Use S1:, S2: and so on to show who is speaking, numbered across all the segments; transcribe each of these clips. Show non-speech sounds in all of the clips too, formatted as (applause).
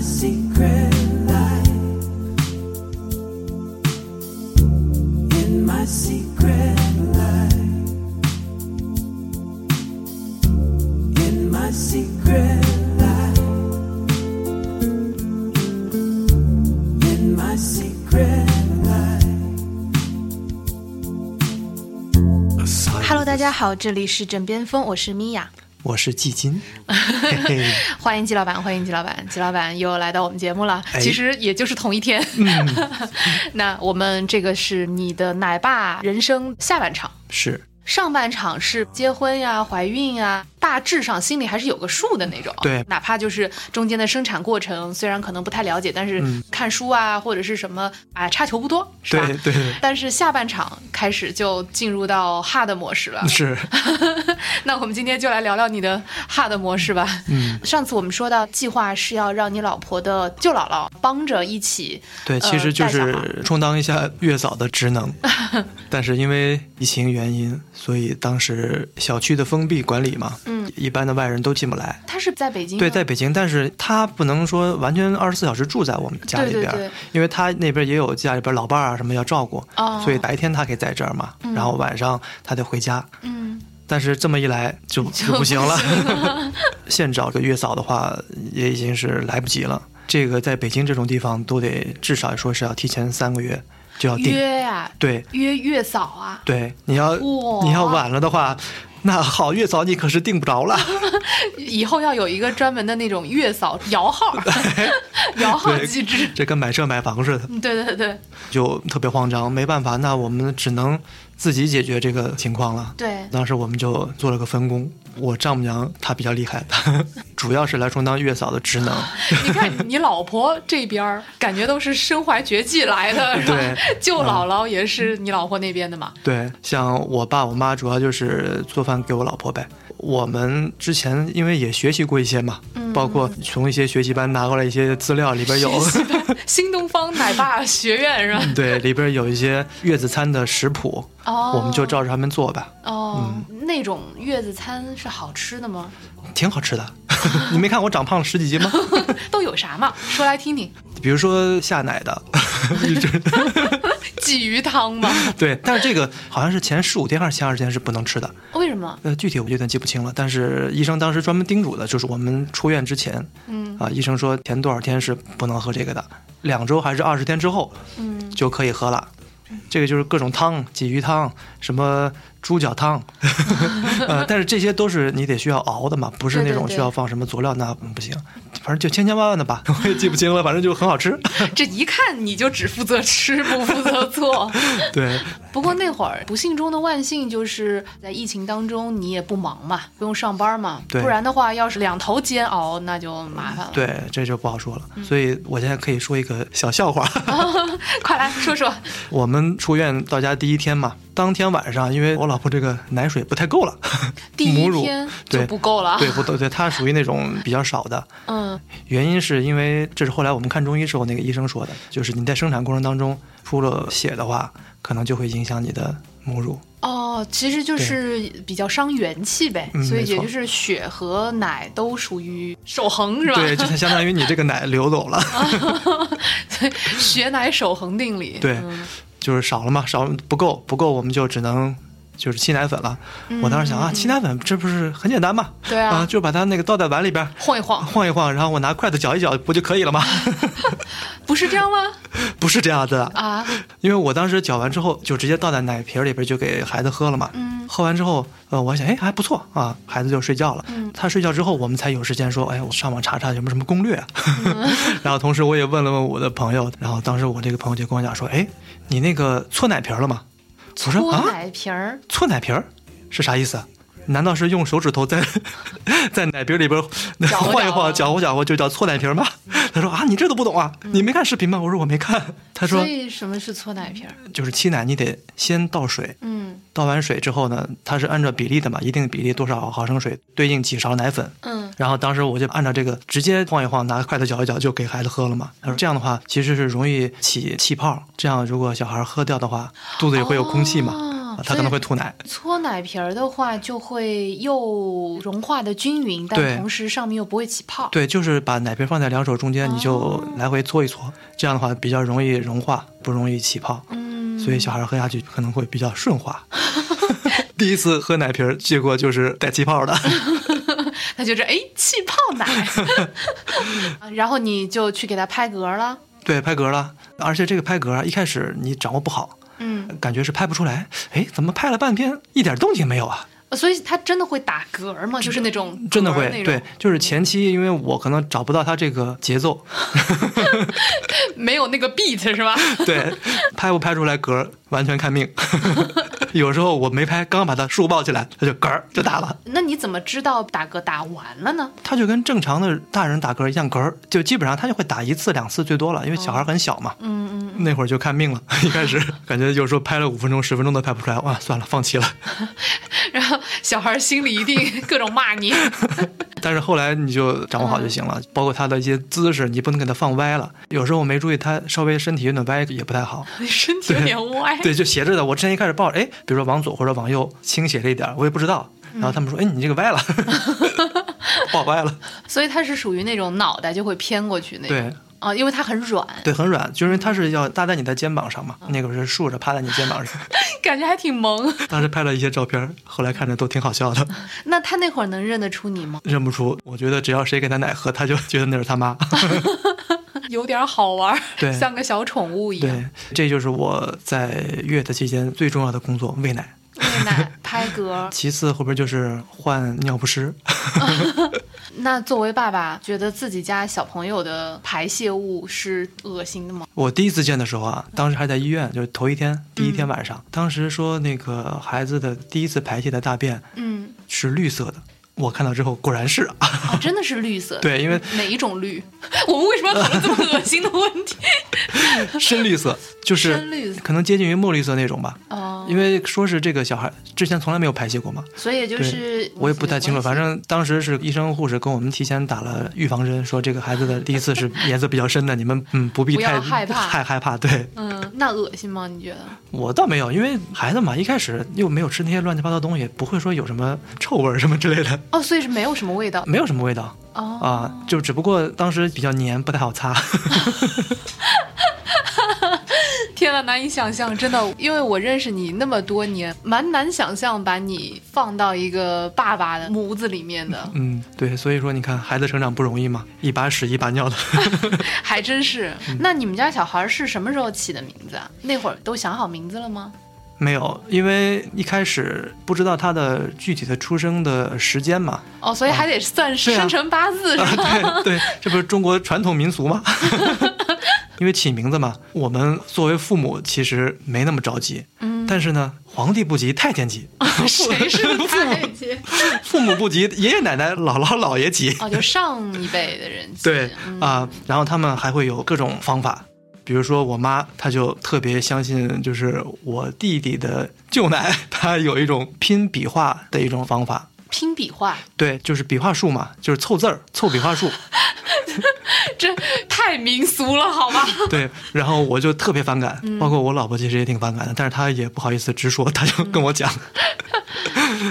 S1: secret life. In my secret life. In my secret life. In my secret life.
S2: Hello，大家好，这里是枕边风，我是米娅，
S3: 我是季金，嘿嘿，
S2: 欢迎季老板，欢迎季老板，季老板又来到我们节目了，
S3: 哎
S2: 其实也就是同一天。嗯 (laughs) 那我们这个是你的奶爸人生下半场，
S3: 是
S2: 上半场是结婚呀、怀孕呀，大致上心里还是有个数的那种。
S3: 对
S2: 哪怕就是中间的生产过程，虽然可能不太了解，但是看书啊或者是什么啊，差球不多，是吧？
S3: 对对对
S2: 但是下半场开始就进入到 hard 模式了，
S3: 是，
S2: 那我们今天就来聊聊你的 hard 模式吧。嗯，上次我们说到计划是要让你老婆的舅姥姥帮着一起，
S3: 对，
S2: 呃
S3: 其实就
S2: 带小孩
S3: 是充当一下月嫂的职
S2: (laughs)
S3: 能，但是因为疫情原因，所以当时小区的封闭管理嘛，
S2: 嗯，
S3: 一般的外人都进不来。
S2: 她是在北京吗，
S3: 对，在北京，但是他不能说完全二十四小时住在我们家里边儿，
S2: 对对对
S3: 因为他那边也有家里边老伴儿啊什么要照顾，
S2: 哦
S3: 所以白天他可以在这儿嘛，然后晚上他得回家。
S2: 嗯，
S3: 但是这么一来就就不行了， (laughs) 现找个月嫂的话也已经是来不及了。这个在北京这种地方都得至少说是要提前三个月就要定，
S2: 约呀、
S3: 对
S2: 约月嫂啊，
S3: 对，你要
S2: 哇
S3: 你要晚了的话，那好月嫂你可是定不着了， (laughs)
S2: 以后要有一个专门的那种月嫂摇
S3: (laughs)
S2: 号，摇号机制。
S3: 这跟买车买房似的，
S2: 嗯对对对
S3: 就特别慌张，没办法，那我们只能自己解决这个情况了。
S2: 对，
S3: 当时我们就做了个分工，我丈母娘她比较厉害， (laughs) 主要是来充当月嫂的职能。
S2: (laughs) 你看你老婆这边儿感觉都是身怀绝技来的，是吧
S3: 对？嗯
S2: 舅姥姥也是你老婆那边的嘛？ (laughs)
S3: 对，像我爸我妈主要就是做饭给我老婆呗。我们之前因为也学习过一些嘛，
S2: 嗯
S3: 包括从一些学习班拿过来一些资料，里边有
S2: 新东方奶爸学院是吧？
S3: 对里边有一些月子餐的食谱，
S2: 哦，
S3: 我们就照着他们做吧，
S2: 哦，那种月子餐是好吃的吗？ (laughs)
S3: 挺好吃的。 (laughs) 你没看我长胖了十几斤吗？
S2: 都有啥嘛？说来听 (laughs) 听。
S3: 比如说下奶的， (laughs) 就是
S2: 鲫鱼汤吗？
S3: 对，但是这个好像是前十五天还是前二十天是不能吃的，
S2: 为什么？
S3: 呃，具体我有点记不清了，但是医生当时专门叮嘱的，就是我们出院之前，
S2: 嗯
S3: 啊，医生说前多少天是不能喝这个的，两周还是二十天之后
S2: 嗯，
S3: 就可以喝了。这个就是各种汤，鲫鱼汤，什么猪脚汤， (laughs) 呃，但是这些都是你得需要熬的嘛，不是
S2: 对对
S3: 那种
S2: 对
S3: 需要放什么佐料，那不行。反正就千千万万的吧， (laughs) 我也记不清了，反正就很好
S2: (laughs)
S3: 吃。
S2: 这一看你就只负责吃，不负责做。 (laughs)
S3: 对，
S2: 不过那会儿不幸中的万幸，就是在疫情当中你也不忙嘛，不用上班嘛。
S3: 对
S2: 不然的话，要是两头煎熬，那就麻烦了。，
S3: 对，这就不好说
S2: 嗯
S3: 了。所以我现在可以说一个小笑话。
S2: (laughs)
S3: (laughs)
S2: 快来说说。
S3: 我们出院到家第一天嘛，当天晚上，因为我老婆这个奶水不太够了，
S2: 第
S3: 母
S2: 一
S3: 乳
S2: 天就
S3: 对
S2: 不够了。
S3: 对不对对，她属于那种比较少的。
S2: 嗯，
S3: 原因是因为这是后来我们看中医时候那个医生说的，就是你在生产过程当中出了血的话，可能就会影响你的母乳。
S2: 哦，其实就是比较伤元气呗，
S3: 嗯
S2: 所以
S3: 没错
S2: 也就是血和奶都属于守恒是吧？啊
S3: 对，就相当于你这个奶流走了，
S2: (laughs) 血奶守恒定理。
S3: 对
S2: 嗯
S3: (laughs) 就是少了嘛，少不够不够，我们就只能。就是沏奶粉了，
S2: 嗯
S3: 我当时想啊，沏奶粉这不是很简单嘛？
S2: 对啊
S3: 就把它那个倒在碗里边
S2: 晃一晃，
S3: 晃一晃，然后我拿筷子搅一搅，不就可以了
S2: (laughs)
S3: 吗？
S2: 不是这样吗？
S3: (laughs) 不是这样的，
S2: 啊，
S3: 因为我当时搅完之后就直接倒在奶瓶里边就给孩子喝了嘛。
S2: 嗯
S3: 喝完之后，呃，我想，哎，还不错啊，孩子就睡觉了。
S2: 嗯
S3: 他睡觉之后，我们才有时间说，哎，我上网查查有没有什么攻
S2: (laughs)
S3: 略。 (laughs) 然后同时我也问了问我的朋友，然后当时我这个朋友就跟我讲说，哎，你那个搓奶瓶了吗？我说
S2: 脱
S3: 啊，
S2: 奶瓶儿，
S3: 搓奶瓶儿是啥意思？啊难道是用手指头在
S2: (laughs)
S3: 在奶瓶里边那
S2: 搅和
S3: 晃一晃、
S2: 搅
S3: 搅和搅和就叫搓奶瓶吗？他说啊，你这都不懂啊？你没看视频吗？我说我没看。他说
S2: 所以什么是搓奶瓶儿？
S3: 就是沏奶，你得先倒水，
S2: 嗯
S3: 倒完水之后呢，它是按照比例的嘛，一定比例多少毫升水对应几勺奶粉。
S2: 嗯，
S3: 然后当时我就按照这个直接晃一晃，拿筷子搅一搅就给孩子喝了嘛。他说这样的话其实是容易起气泡，这样如果小孩喝掉的话，肚子里会有空气嘛。
S2: 哦啊
S3: 它可能会吐奶。
S2: 搓奶瓶儿的话，就会又融化的均匀，
S3: 对
S2: 但同时上面又不会起泡。
S3: 对，就是把奶瓶放在两手中间，你
S2: 哦
S3: 就来回搓一搓，这样的话比较容易融化，不容易起泡，
S2: 嗯， (laughs)
S3: 所以小孩喝下去可能会比较顺滑。 (laughs) 第一次喝奶瓶儿，结果就是带气泡的。 (laughs)
S2: 他觉着哎，气泡奶， (laughs) 啊然后你就去给他拍嗝了。
S3: 对，拍嗝了，而且这个拍嗝啊，一开始你掌握不好，
S2: 嗯，
S3: 感觉是拍不出来。哎，怎么拍了半天一点动静没有啊？
S2: 所以他真的会打嗝儿吗？就是那种
S3: 真的
S2: 嗝儿
S3: 会
S2: 那，种 (laughs)
S3: 对，，就是前期因为我可能找不到他这个节奏，
S2: 没有那个 beat 是吧？ (laughs)
S3: 对，拍不拍出来嗝儿完全看命。 (laughs) 有时候我没拍，刚把他竖抱起来，他就嗝儿就打了，
S2: 那你怎么知道打嗝打完了呢？ (laughs)
S3: 他就跟正常的大人打嗝一样，嗝儿就基本上他就会打一次两次最多了，因为小孩很小嘛。
S2: 嗯嗯，
S3: 那会儿就看命了， (laughs) 一开始感觉有时候拍了五分钟、十分钟都拍不出来，哇，算了，放弃了。 (laughs)
S2: 然后小孩儿心里一定各种
S3: (laughs)
S2: 骂你。
S3: 但是后来你就掌握好就行
S2: 嗯
S3: 了，包括他的一些姿势，你不能给他放歪了。有时候我没注意，他稍微身体有点歪也不太好。
S2: 你身体有点歪，
S3: 对，就斜着的。我之前一开始抱着，哎，比如说往左或者往右倾斜了一点，我也不知道。
S2: 嗯
S3: 然后他们说，哎，你这个歪了， (laughs) 抱歪
S2: (laughs)
S3: 了。
S2: 所以他是属于那种脑袋就会偏过去那种。
S3: 对
S2: 啊，因为它很软，
S3: 对，很软，就是因为它是要搭在你的肩膀上嘛，那个是竖着趴在你肩膀上。
S2: 感觉还挺萌。
S3: 当时拍了一些照片，后来看着都挺好笑的，
S2: (laughs) 那他那会儿能认得出你吗？
S3: 认不出。我觉得只要谁给他奶喝，他就觉得那是他妈。
S2: (laughs) 有点好玩儿，
S3: 对
S2: 像个小宠物一样。
S3: 对，这就是我在月子期间最重要的工作——喂奶。
S2: 喂奶、拍嗝。 (laughs)
S3: 其次后边就是换尿不湿， (laughs)
S2: 那作为爸爸，觉得自己家小朋友的排泄物是恶心的吗？
S3: 我第一次见的时候啊，当时还在医院，就是头一天，第一
S2: 嗯
S3: 天晚上，当时说那个孩子的第一次排泄的大便
S2: 嗯，
S3: 是绿色的。我看到之后果然是啊， (laughs)
S2: 啊，真的是绿色。，
S3: 对，因为
S2: (laughs) 哪一种绿？我们为什么要讨论这么恶心的问 (laughs) 题？
S3: 深绿色就是
S2: 深绿色
S3: 可能接近于墨绿色那种吧，
S2: 哦，
S3: 因为说是这个小孩之前从来没有排泄过嘛，
S2: 所以也就
S3: 对
S2: 是
S3: 我也不太清楚，反正当时是医生护士跟我们提前打了预防针，说这个孩子的第一次
S2: (laughs)
S3: 是颜色比较深的，你们嗯不必
S2: 不要
S3: 太
S2: 害怕
S3: 太 (laughs) 害怕，对，
S2: 嗯，那恶心吗？你觉得？
S3: 我倒没有，因为孩子嘛，一开始又没有吃那些乱七八糟东西，不会说有什么臭味儿什么之类的，
S2: 哦，所以是没有什么味道
S3: 没有什么味道
S2: 哦。
S3: 啊，就只不过当时比较黏，不太好
S2: (laughs)
S3: 擦。
S2: 天呐，难以想象，真的，因为我认识你那么多年，蛮难想象把你放到一个爸爸的模子里面
S3: (laughs)
S2: 的，
S3: 嗯，对，所以说你看孩子成长不容易嘛，一把屎一把尿的。 (laughs)
S2: 还真是。
S3: 嗯
S2: 那你们家小孩是什么时候起的名字啊？那会儿都想好名字了吗？
S3: 没有，因为一开始不知道他的具体的出生的时间嘛。
S2: 哦，所以还得算
S3: 对啊
S2: 生辰八字
S3: (laughs)
S2: 是
S3: 啊
S2: 吧？
S3: 对对，这不是中国传统民俗
S2: (laughs)
S3: 吗？因为起名字嘛，我们作为父母其实没那么着急，
S2: 嗯，
S3: 但是呢，皇帝不急太监急。
S2: (laughs) 谁是太监？
S3: 父母不急，爷爷奶奶、姥姥姥爷
S2: (laughs)
S3: 急。
S2: 哦，就上一辈的人起
S3: 对
S2: 嗯
S3: 啊、然后他们还会有各种方法，比如说我妈，她就特别相信，就是我弟弟的舅奶，他有一种拼笔画的一种方法。
S2: 拼笔画，
S3: 对，就是笔画术嘛，就是凑字儿、凑笔画术。
S2: 这太民俗了，好吧？
S3: 对，然后我就特别反感，
S2: 嗯
S3: 包括我老婆其实也挺反感的，但是她也不好意思直说，她就跟我讲，
S2: (laughs) 嗯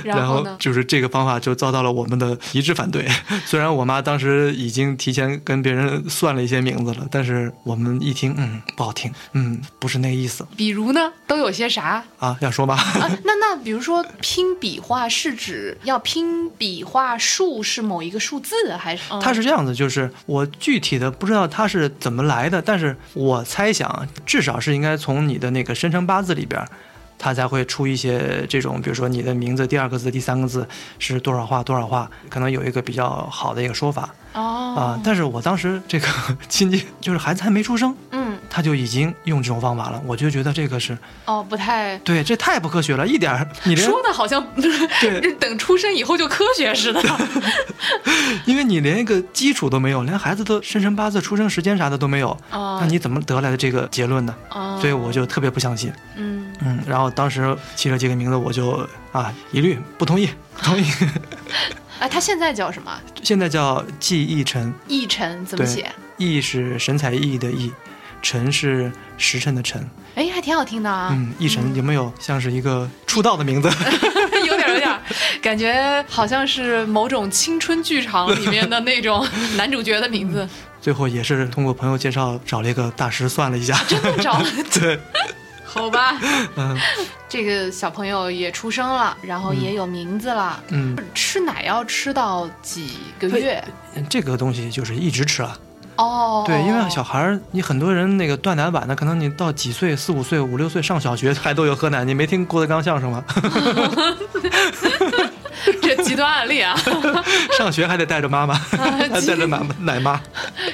S2: 然后呢？
S3: 就是这个方法就遭到了我们的一致反对。 (laughs) 虽然我妈当时已经提前跟别人算了一些名字了，但是我们一听，嗯，不好听，嗯，不是那个意思
S2: 比如呢，都有些啥？
S3: 啊，要说吧。
S2: 啊，那那比如说拼笔画是指要拼笔画数是某一个数字还是？嗯
S3: (laughs) 它是这样子，就是我具体的不知道它是怎么来的，但是我猜想至少是应该从你的那个生辰八字里边儿，它才会出一些这种，比如说你的名字第二个字、第三个字是多少画多少画，可能有一个比较好的一个说法啊
S2: 哦。，
S3: 但是我当时这个 (laughs) 亲戚就是孩子还没出生，
S2: 嗯
S3: 他就已经用这种方法了，我就觉得这个是
S2: 哦，不太
S3: 对，这太不科学了，一点儿你连
S2: 说的好像
S3: 对
S2: (laughs) 等出生以后就科
S3: (laughs)
S2: 学似的。
S3: 因为你连一个基础都没有，连孩子的生辰八字、出生时间啥的都没有，
S2: 哦
S3: 那你怎么得来的这个结论呢？
S2: 哦，
S3: 所以我就特别不相信，
S2: 嗯，
S3: 嗯，然后当时起了这个名字，我就啊一律不同意， (laughs) 不同意。
S2: 哎，他现在叫什么？
S3: 现在叫季逸晨，
S2: 奕晨怎么
S3: 对 E
S2: 写？，
S3: 逸是神采奕奕的逸，辰是时辰的辰，
S2: 哎，还挺好听的啊，
S3: 嗯，一晨有没有像是一个出道的名字？
S2: (laughs) 有点儿有点儿，感觉好像是某种青春剧场里面的那种男主角的名字，
S3: 最后也是通过朋友介绍找了一个大师算了一下，
S2: 真的找
S3: (laughs) 对，
S2: 好吧？
S3: 嗯
S2: 这个小朋友也出生了，然后也有名字了。
S3: 嗯，
S2: 吃奶要吃到几个月？
S3: 这个东西就是一直吃啊，
S2: 哦，
S3: 对，因为小孩儿，你很多人那个断奶版的，可能你到几岁，四五岁、五六岁上小学 (laughs) 还都有喝奶，你没听郭德纲相声吗？
S2: (laughs)
S3: (laughs)
S2: 这极端案
S3: (laughs)
S2: 例啊，
S3: 上学还得带着
S2: (laughs)
S3: 妈妈，还带着奶奶妈。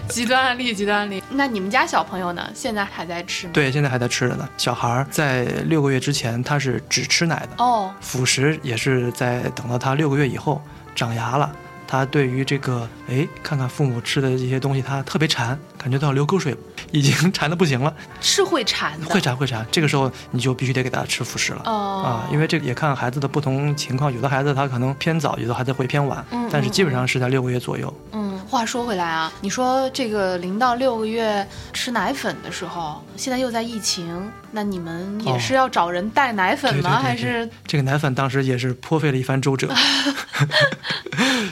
S2: 极端案例，极端案例。那你们家小朋友呢？现在还在吃吗？，
S3: 对，现在还在吃着呢。小孩儿在六个月之前，他是只吃奶的，
S2: 哦，
S3: 辅食也是在等到他六个月以后长牙了。他对于这个，哎，看看父母吃的一些东西，他特别馋，感觉到流口水，已经 (laughs) 馋的不行了，
S2: 是会馋的，
S3: 会。馋会馋。这个时候你就必须得给他吃辅食了。
S2: 哦
S3: 啊，，因为这个也看孩子的不同情况，有的孩子他可能偏早，有的孩子会偏晚，
S2: 嗯
S3: 但是基本上是在六个月左右。
S2: 嗯，话说回来啊，你说这个零到六个月吃奶粉的时候，现在又在疫情，那你们也
S3: 哦
S2: 是要找人带奶粉吗？
S3: 对对对对
S2: 还是
S3: 这个奶粉当时也是颇费了一番周
S2: (laughs)
S3: 折。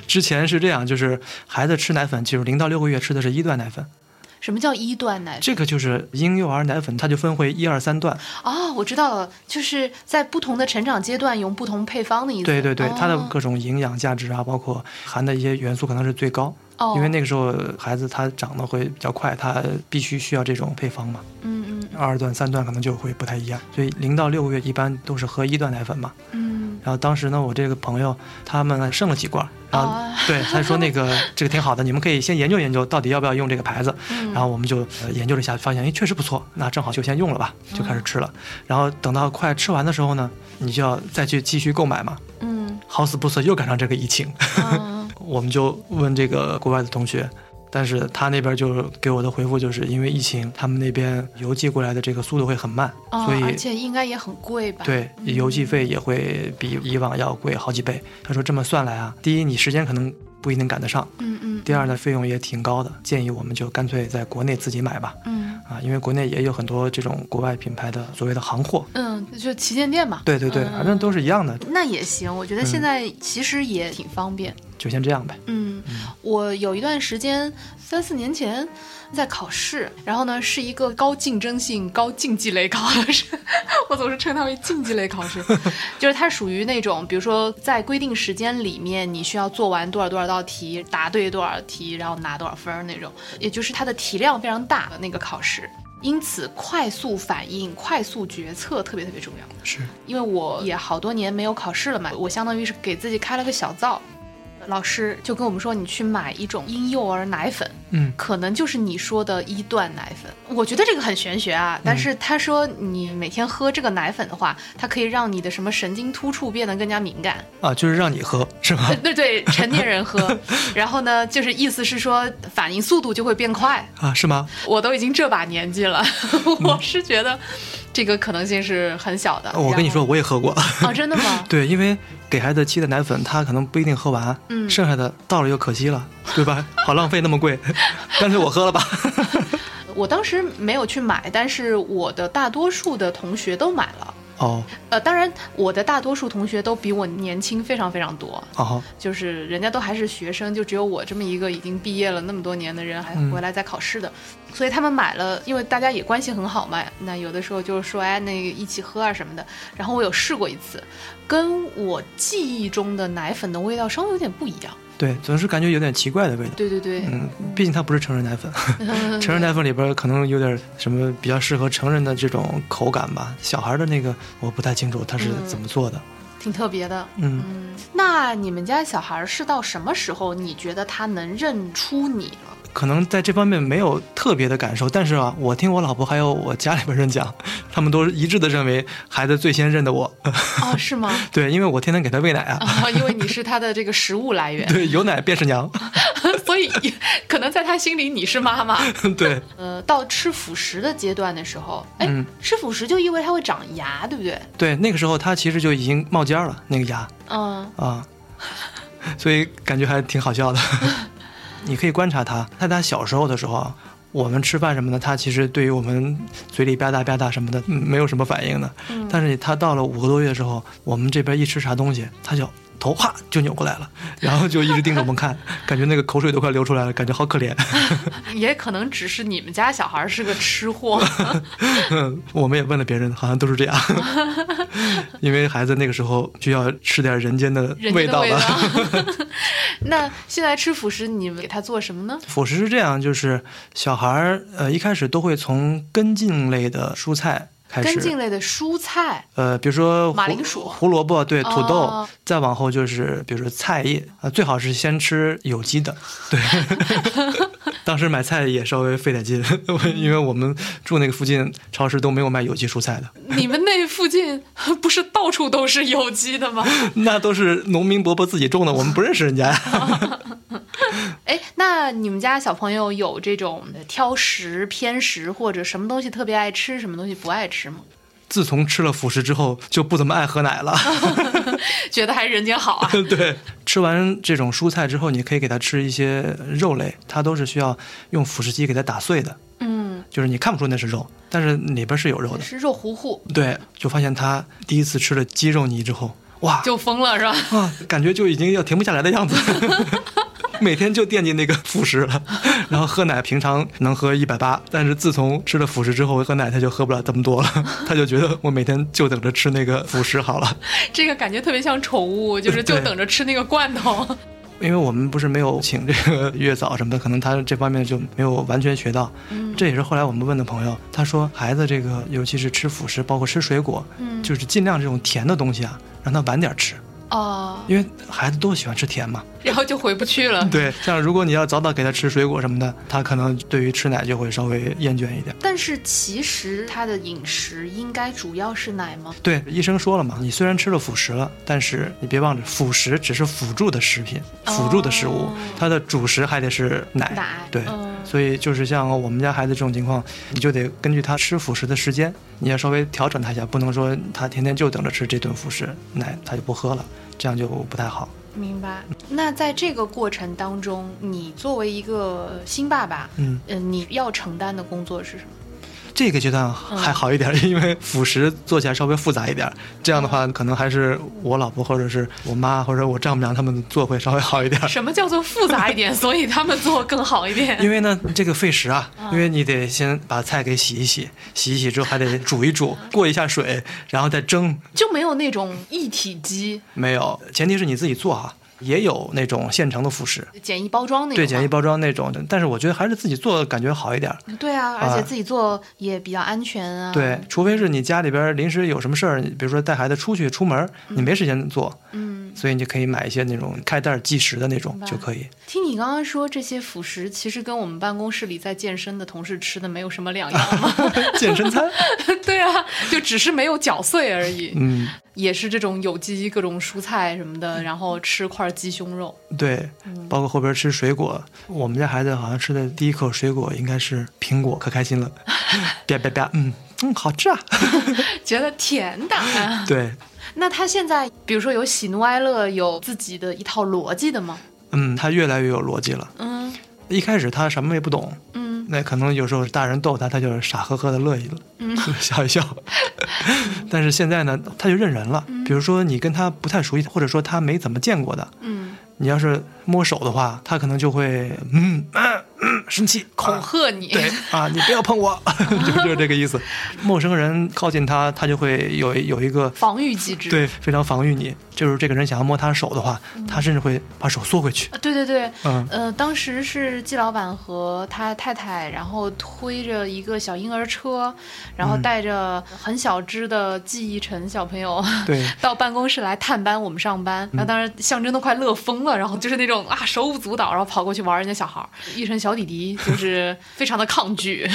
S3: 之前是这样，就是孩子吃奶粉，就是零到六个月吃的是一段奶粉，
S2: 什么叫一段奶粉？
S3: 这个就是婴幼儿奶粉，它就分为一二三段。
S2: 哦，我知道了，就是在不同的成长阶段用不同配方的意思。
S3: 对对对，它的
S2: 哦
S3: 各种营养价值啊，包括含的一些元素可能是最高，
S2: 哦，
S3: 因为那个时候孩子他长得会比较快，他必须需要这种配方嘛。
S2: 嗯嗯
S3: 二段、三段可能就会不太一样，所以零到六个月一般都是喝一段奶粉嘛。 (laughs)
S2: 嗯，
S3: 然后当时呢，我这个朋友他们剩了几罐儿，然后、
S2: 哦
S3: 对他说那
S2: (laughs)
S3: 个这个挺好的，你们可以先研究研究到底要不要用这个牌子。
S2: 嗯
S3: 然后我们就、呃研究了一下，发现哎确实不错，那正好就先用了吧，就
S2: 嗯
S3: 开始吃了。然后等到快吃完的时候呢，你就要再去继续购买嘛。
S2: 嗯
S3: 好死不死又赶上这个疫情，
S2: 嗯
S3: 我们就问这个国外的同学。但是他那边就给我的回复就是因为疫情，他们那边邮寄过来的这个速度会很慢，
S2: 哦
S3: 所以
S2: 而且应该也很贵吧？
S3: 对，邮寄费也会比以往要贵好几倍。他说这么算来啊，第一你时间可能不一定赶得上，
S2: 嗯，嗯嗯。
S3: 第二呢费用也挺高的，建议我们就干脆在国内自己买吧。
S2: 嗯
S3: 啊，因为国内也有很多这种国外品牌的所谓的行货。
S2: 嗯，就旗舰店嘛。
S3: 对嗯对对，
S2: 嗯
S3: 反正都是一样的，
S2: 那也行，我觉得现在其实也挺方便。
S3: 就先这样呗。
S2: 嗯，我有一段时间，三四年前在考试，然后呢是一个高竞争性、高竞技类考试， (laughs) 我总是称它为竞技类考试，就是它属于那种，比如说在规定时间里面，你需要做完多少多少道题，答对多少题，然后拿多少分儿那种，也就是它的题量非常大的那个考试。因此，快速反应、快速决策特别特别重要。
S3: 是，
S2: 因为我也好多年没有考试了嘛，我相当于是给自己开了个小灶。老师就跟我们说，你去买一种婴幼儿奶粉，
S3: 嗯，
S2: 可能就是你说的一段奶粉。我觉得这个很玄学
S3: 嗯
S2: 啊，但是他说你每天喝这个奶粉的话，它可以让你的什么神经突触变得更加敏感。
S3: 啊，就是让你喝是吧
S2: (laughs) 对？对对，成年
S3: (laughs)
S2: 人喝，然后呢，就是意思是说反应速度就会变快。
S3: 啊，是吗？
S2: 我都已经这把年纪了，
S3: 嗯
S2: (laughs) 我是觉得这个可能性是很小的。
S3: 啊哦我跟你说，我也喝过。
S2: 然后啊，真的吗？
S3: 对，因为给孩子沏的奶粉，他可能不一定喝完，
S2: 嗯
S3: 剩下的倒了又可惜了，对吧？好浪费那么贵，干脆我喝了吧。
S2: 我当时没有去买，但是我的大多数的同学都买了。
S3: 哦
S2: 呃，当然，我的大多数同学都比我年轻非常非常多，
S3: 哦，
S2: 就是人家都还是学生，就只有我这么一个已经毕业了那么多年的人还
S3: 嗯
S2: 回来在考试的，所以他们买了，因为大家也关系很好嘛，那有的时候就是说，哎，那个一起喝啊什么的。然后我有试过一次，跟我记忆中的奶粉的味道稍微有点不一样。
S3: 对，总是感觉有点奇怪的味道。
S2: 对对对，
S3: 嗯，毕竟它不是成人奶粉，成人奶粉里边可能有点什么比较适合成人的这种口感吧，小孩的那个我不太清楚它是怎么做的。
S2: 挺特别的。
S3: 嗯，
S2: 嗯，那你们家小孩儿是到什么时候你觉得他能认出你了？
S3: (laughs) 可能在这方面没有特别的感受，但是啊，我听我老婆还有我家里边人讲，他们都一致的认为孩子最先认得我。 (laughs)
S2: 哦，是吗？
S3: 对，因为我天天给他喂奶啊，
S2: 啊，因为你是他的这个食物来源，
S3: 对，有奶便是娘。
S2: (laughs) 所以可能在他心里你是妈妈。
S3: 对，
S2: 呃，到吃辅食的阶段的时候，哎，
S3: 嗯
S2: 吃辅食就意味着他会长牙，对不对？
S3: 对，那个时候他其实就已经冒尖儿了，那个牙
S2: 嗯，
S3: 啊， (laughs) 所以感觉还挺好笑的。你可以观察他，在他小时候的时候啊，我们吃饭什么的，他其实对于我们嘴里吧嗒吧嗒什么的、嗯没有什么反应的。但是他到了五个多月的时候，我们这边一吃啥东西，他就头啪就扭过来了，然后就一直盯着我们看，感觉那个口水都快流出来了，感觉好可怜。
S2: 也可能只是你们家小孩是个
S3: (laughs)
S2: 吃货。
S3: 我们也问了别人，好像都是这
S2: (laughs)
S3: 样，因为孩子那个时候需要吃点人间的
S2: 人家
S3: 味
S2: 的
S3: 道
S2: 味
S3: 了。 (laughs)
S2: 道。 (laughs) 那现在吃辅食，你们给他做什么呢？
S3: 辅食是这样，就是小孩儿呃一开始都会从根茎类的蔬菜开
S2: 根茎
S3: 始，
S2: 类的蔬菜， (laughs)
S3: 呃，比如说
S2: 马
S3: 胡
S2: 铃薯
S3: 胡萝卜，对，土豆，
S2: 哦
S3: 再往后就是比如说菜叶，呃，最好是先吃有机
S2: (laughs)
S3: 的，对。 (laughs) 当时买菜也稍微费点劲， (laughs) 因为我们住那个附近超市都没有卖有机蔬菜的，
S2: 你们那附近不是到处都是有机的吗？
S3: (laughs) 那都是农民伯伯自己种的，我们不认识人家。 (laughs)
S2: 哎，那你们家小朋友有这种呃挑食、偏食或者什么东西特别爱吃，什么东西不爱吃吗？ (laughs)
S3: 自从吃了辅食之后，就不怎么爱喝奶 (laughs) 了。。
S2: 觉得还人间好啊
S3: 对，吃完这种蔬菜之后，你可以给它吃一些肉类，它都是需要用辅食机给它打碎的，
S2: 嗯，
S3: 就是你看不出那是肉，但是里边是有肉的。
S2: 是肉糊糊
S3: 对，就发现他第一次吃了鸡肉泥之后，哇
S2: 就疯了是吧？
S3: 啊，感觉就已经要停不下来的样子。 (laughs) 每天就惦记那个辅食了，然后喝奶平常能喝一百八，但是自从吃了辅食之后，喝奶他就喝不了这么多了，他就觉得我每天就等着吃那个辅食好了。
S2: 这个感觉特别像宠物，就是就
S3: 对
S2: 等着吃那个罐头。
S3: (laughs) 因为我们不是没有请这个月嫂什么的，可能他这方面就没有完全学到。这也是后来我们问的朋友，他说孩子这个，尤其是吃辅食，包括吃水果，
S2: 嗯
S3: 就是尽量这种甜的东西啊，让他晚点吃，
S2: 哦，
S3: 因为孩子都喜欢吃甜嘛。
S2: 然后就回不去了。
S3: (laughs) 对，像如果你要早早给他吃水果什么的，他可能对于吃奶就会稍微厌倦一点。
S2: 但是其实他的饮食应该主要是奶吗？
S3: 对，医生说了嘛，你虽然吃了辅食了，但是你别忘了，辅食只是辅助的食品、辅助的食物
S2: 哦，
S3: 它的主食还得是奶。
S2: 奶
S3: 对，
S2: 嗯
S3: 所以就是像我们家孩子这种情况，你就得根据他吃辅食的时间，你要稍微调整他一下，不能说他天天就等着吃这顿辅食，奶他就不喝了，这样就不太好。
S2: 明白。那在这个过程当中，你作为一个新爸爸，
S3: 嗯，
S2: 呃，你要承担的工作是什么？
S3: 这个阶段还好一点，
S2: 嗯
S3: 因为辅食做起来稍微复杂一点。这样的话，可能还是我老婆或者是我妈或者我丈母娘他们做会稍微好一点。
S2: 什么叫做复杂一点？所以他们做更好一点。嗯
S3: 因为呢，这个费时啊，因为你得先把菜给洗一洗，洗一洗之后还得煮一
S2: 嗯
S3: 煮，过一下水，然后再蒸。
S2: 就没有那种一体机
S3: 没有，前提是你自己做啊，也有那种现成的辅食，
S2: 简易包装那种吗，
S3: 对，简易包装那种的。但是我觉得还是自己做感觉好一点儿。
S2: 对啊，而且自己做也比较安全啊。
S3: 对，，除非是你家里边儿临时有什么事儿，比如说带孩子出去出门儿，你没时间做，
S2: 嗯，
S3: 所以你就可以买一些那种开袋儿计时的那种
S2: 明白
S3: 就可以。 (laughs)
S2: 听你刚刚说这些辅食，其实跟我们办公室里在健身的同事吃的没有什么两样
S3: (laughs)
S2: 嘛。
S3: 健身餐，
S2: (laughs) 对啊，就只是没有搅碎而已。
S3: 嗯，
S2: 也是这种有机各种蔬菜什么的，然后吃块鸡胸肉。
S3: 对，
S2: 嗯
S3: 包括后边吃水果，我们家孩子好像吃的第一口水果应该是苹果，可开心
S2: (laughs)
S3: 了，啪啪啪，嗯嗯，好吃啊。
S2: 觉得甜的。
S3: (laughs)
S2: 啊
S3: 对，
S2: 那他现在，比如说有喜怒哀乐，有自己的一套逻辑的吗？
S3: 嗯，他越来越有逻辑了。
S2: 嗯
S3: 一开始他什么也不懂，
S2: 嗯，
S3: 那可能有时候大人逗他，他就是傻呵呵的乐一乐， (laughs) 笑一笑。但是现在呢，他就认人了。比如说你跟他不太熟悉，或者说他没怎么见过的，
S2: 嗯，
S3: 你要是摸手的话，他可能就会嗯嗯嗯生气，
S2: 恐
S3: 啊
S2: 吓你。
S3: (laughs) 对啊，你不要碰 (laughs) 我，就就是这个意 (laughs) 思。陌生人靠近他，他就会有有一个
S2: 防御机制。
S3: 对嗯非常防御你，就是这个人想要摸他手的话，他甚至会把手缩回 (laughs) 去。
S2: 啊对对对，
S3: 嗯
S2: 呃，当时是季老板和他太太，然后推着一个小婴儿车，然后
S3: 嗯
S2: 带着很小只的季忆晨小朋友，
S3: 对，
S2: (laughs)
S3: 嗯
S2: 到办公室来探班，我们上班，然后当时象征都快乐疯了，然后就是那种啊手舞足蹈，然后跑过去玩人家小孩儿，一身小弟弟就是非常的抗
S3: (laughs)
S2: 拒。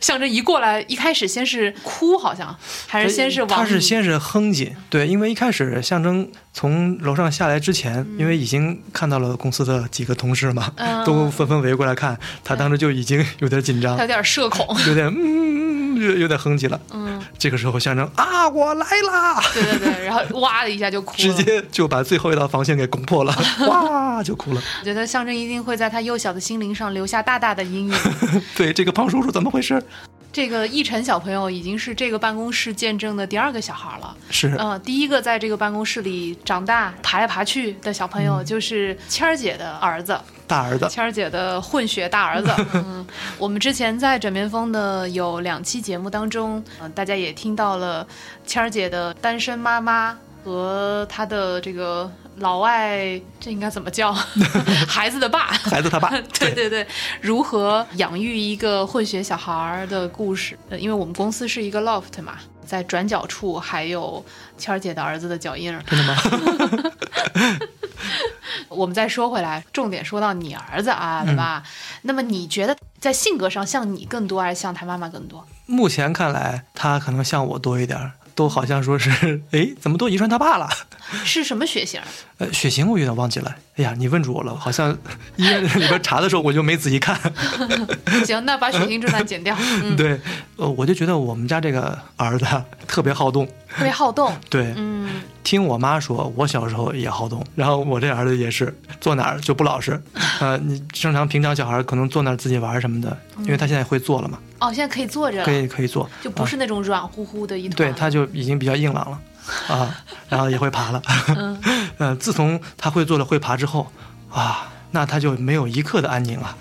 S2: 象征一过来，一开始先是哭，好像还是先是往
S3: 他是
S2: 你
S3: 先是哼唧，对，因为一开始象征从楼上下来之前，因为已经看到了公司的几个同事嘛，
S2: 嗯
S3: 都纷纷围过来看，他当时就已经有点紧张
S2: 他，有点社恐，
S3: 有点嗯，有有点哼唧了。嗯，这个时候象征啊，我来啦，
S2: 对对对，然后哇的一下就哭了。
S3: 直接就把最后一道防线给攻破
S2: (laughs)
S3: 了，哇，就哭了。 (laughs)
S2: 我觉得象征一定会在他幼小的心灵上留下大大的阴影。
S3: 对，这个胖叔叔怎么回事？
S2: 这个奕晨小朋友已经是这个办公室见证的第二个小孩了。
S3: 是
S2: 嗯，第一个在这个办公室里长大、爬来爬去的小朋友，就是谦儿姐的儿子，
S3: 大儿
S2: (laughs)
S3: 子，
S2: 谦儿姐的混血大儿子。嗯，我们之前在枕边风的有两期节目当中，嗯、大家也听到了谦儿姐的单身妈妈和她的这个老外，这应该怎么叫？ (laughs) 孩子的爸。。
S3: 孩子他爸
S2: (laughs) 对对对，如何养育一个混血小孩儿的故事？呃，因为我们公司是一个 loft 嘛，在转角处还有谦儿姐的儿子的脚印儿。真的吗？我们再说回来，重点说到你儿子啊，对吧？
S3: 嗯
S2: 那么你觉得在性格上像你更多，还是像他妈妈更多？
S3: 目前看来，他可能像我多一点儿，都好像说是， (laughs) 哎，怎么都遗传他爸了？
S2: 是什么血型？
S3: 呃，血型我有点忘记了。哎呀，你问住我了，好像医院里边查的时候我就没仔细看。
S2: 行，那把血型这段剪掉。
S3: (laughs)
S2: 嗯，
S3: 对，呃，我就觉得我们家这个儿子啊特别好动。
S2: 特别好动。
S3: 对，
S2: 嗯，
S3: 听我妈说，我小时候也好动，然后我这儿子也是，坐哪儿就不老
S2: (laughs)
S3: 实。呃，你正常平常小孩可能坐那儿自己玩儿什么的，因
S2: 嗯
S3: 为他现在会坐了嘛，
S2: 哦，现在可以坐着了
S3: 可，以可以坐，
S2: 就不是那种软乎乎的一团。
S3: 对，他就已经比较硬朗了啊，然后也会爬了。嗯、 (laughs) 呃，自从他会坐了会爬之后，啊，那他就没有一刻的安宁啊，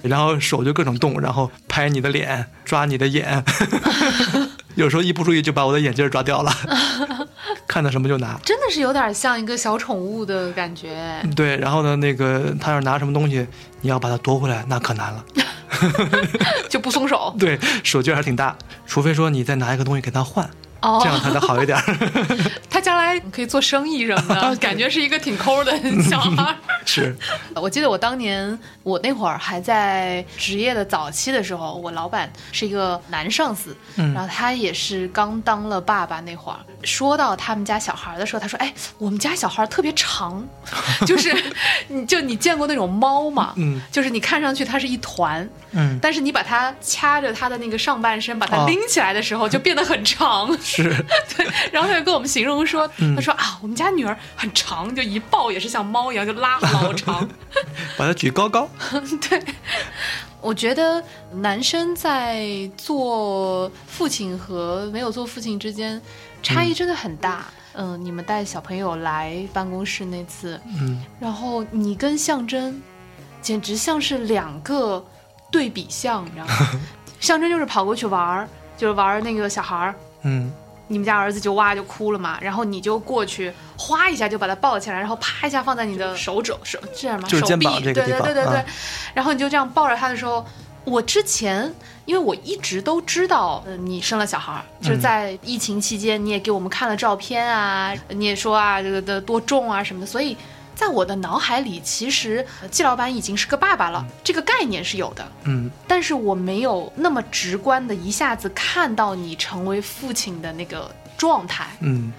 S3: 然后手就各种动，然后拍你的脸，抓你的眼，有时候一不注意就把我的眼镜儿抓掉了，看到什么就拿。
S2: 真的是有点像一个小宠物的感觉。
S3: 对，然后呢，那个他要是拿什么东西，你要把它夺回来，那可难了。
S2: 就不松手。
S3: 对，手劲儿还挺大，除非说你再拿一个东西给他换，
S2: 哦
S3: 这样他才好一点儿。 (laughs)
S2: 他将来可以做生意什么的，感觉是一个挺抠的小孩儿。
S3: 是，
S2: (laughs) 我记得我当年，我那会儿还在职业的早期的时候，我老板是一个男上司，
S3: 嗯
S2: 然后他也是刚当了爸爸那会儿。说到他们家小孩的时候，他说：“哎，我们家小孩特别
S3: (laughs)
S2: 长，就是你就你见过那种猫嘛，
S3: 嗯
S2: 就是你看上去它是一团，
S3: 嗯，
S2: 但是你把它掐着它的那个上半身，把它
S3: 哦
S2: 拎起来的时候，就变得很长。
S3: 是，
S2: (laughs) 对，然后他就跟我们形容说，他说啊，我们家女儿很长，就一抱也是像猫一样，就拉老长。
S3: 把它举高高。
S2: 对，我觉得男生在做父亲和没有做父亲之间差异真的很大。嗯、你们带小朋友来办公室那次，
S3: 嗯，
S2: 然后你跟象征简直像是两个对比项，你知道吗？象征就是跑过去玩儿，就是玩儿那个小孩儿。
S3: 嗯，
S2: 你们家儿子就哇就哭了嘛，然后你就过去，哗一下就把他抱起来，然后啪一下放在你的手肘手这样嘛，
S3: 就是
S2: 手
S3: 肩
S2: 臂，
S3: 膀这个
S2: 对对
S3: 地方
S2: 对对对、
S3: 啊
S2: 然后你就这样抱着他的时候，我之前因为我一直都知道，呃，你生了小孩儿，就是
S3: 嗯
S2: 在疫情期间你也给我们看了照片啊，你也说啊这个的多重啊什么的，所以。在我的脑海里，其实呃季老板已经是个爸爸了，这个概念是有的。
S3: 嗯，
S2: 但是我没有那么直观的一下子看到你成为父亲的那个状态。
S3: 嗯，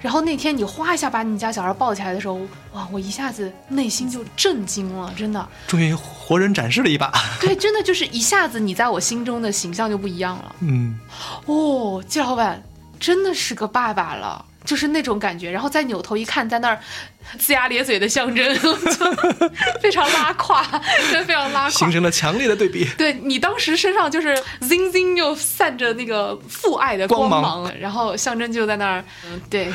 S2: 然后那天你哗一下把你家小孩抱起来的时候，哇，我一下子内心就震惊了，真的，
S3: 终于活人展示了一把。
S2: 对，真的就是一下子你在我心中的形象就不一样了。
S3: 嗯，
S2: 哦，季老板真的是个爸爸了。就是那种感觉，然后再扭头一看，在那儿龇牙咧嘴的象征， (laughs) 就非常拉胯，真的非常拉胯
S3: 形，成了强烈的对比。
S2: 对你当时身上就是 zing zing 就散着那个父爱的光
S3: 光
S2: 然后象征就在那儿，嗯， (laughs) 对，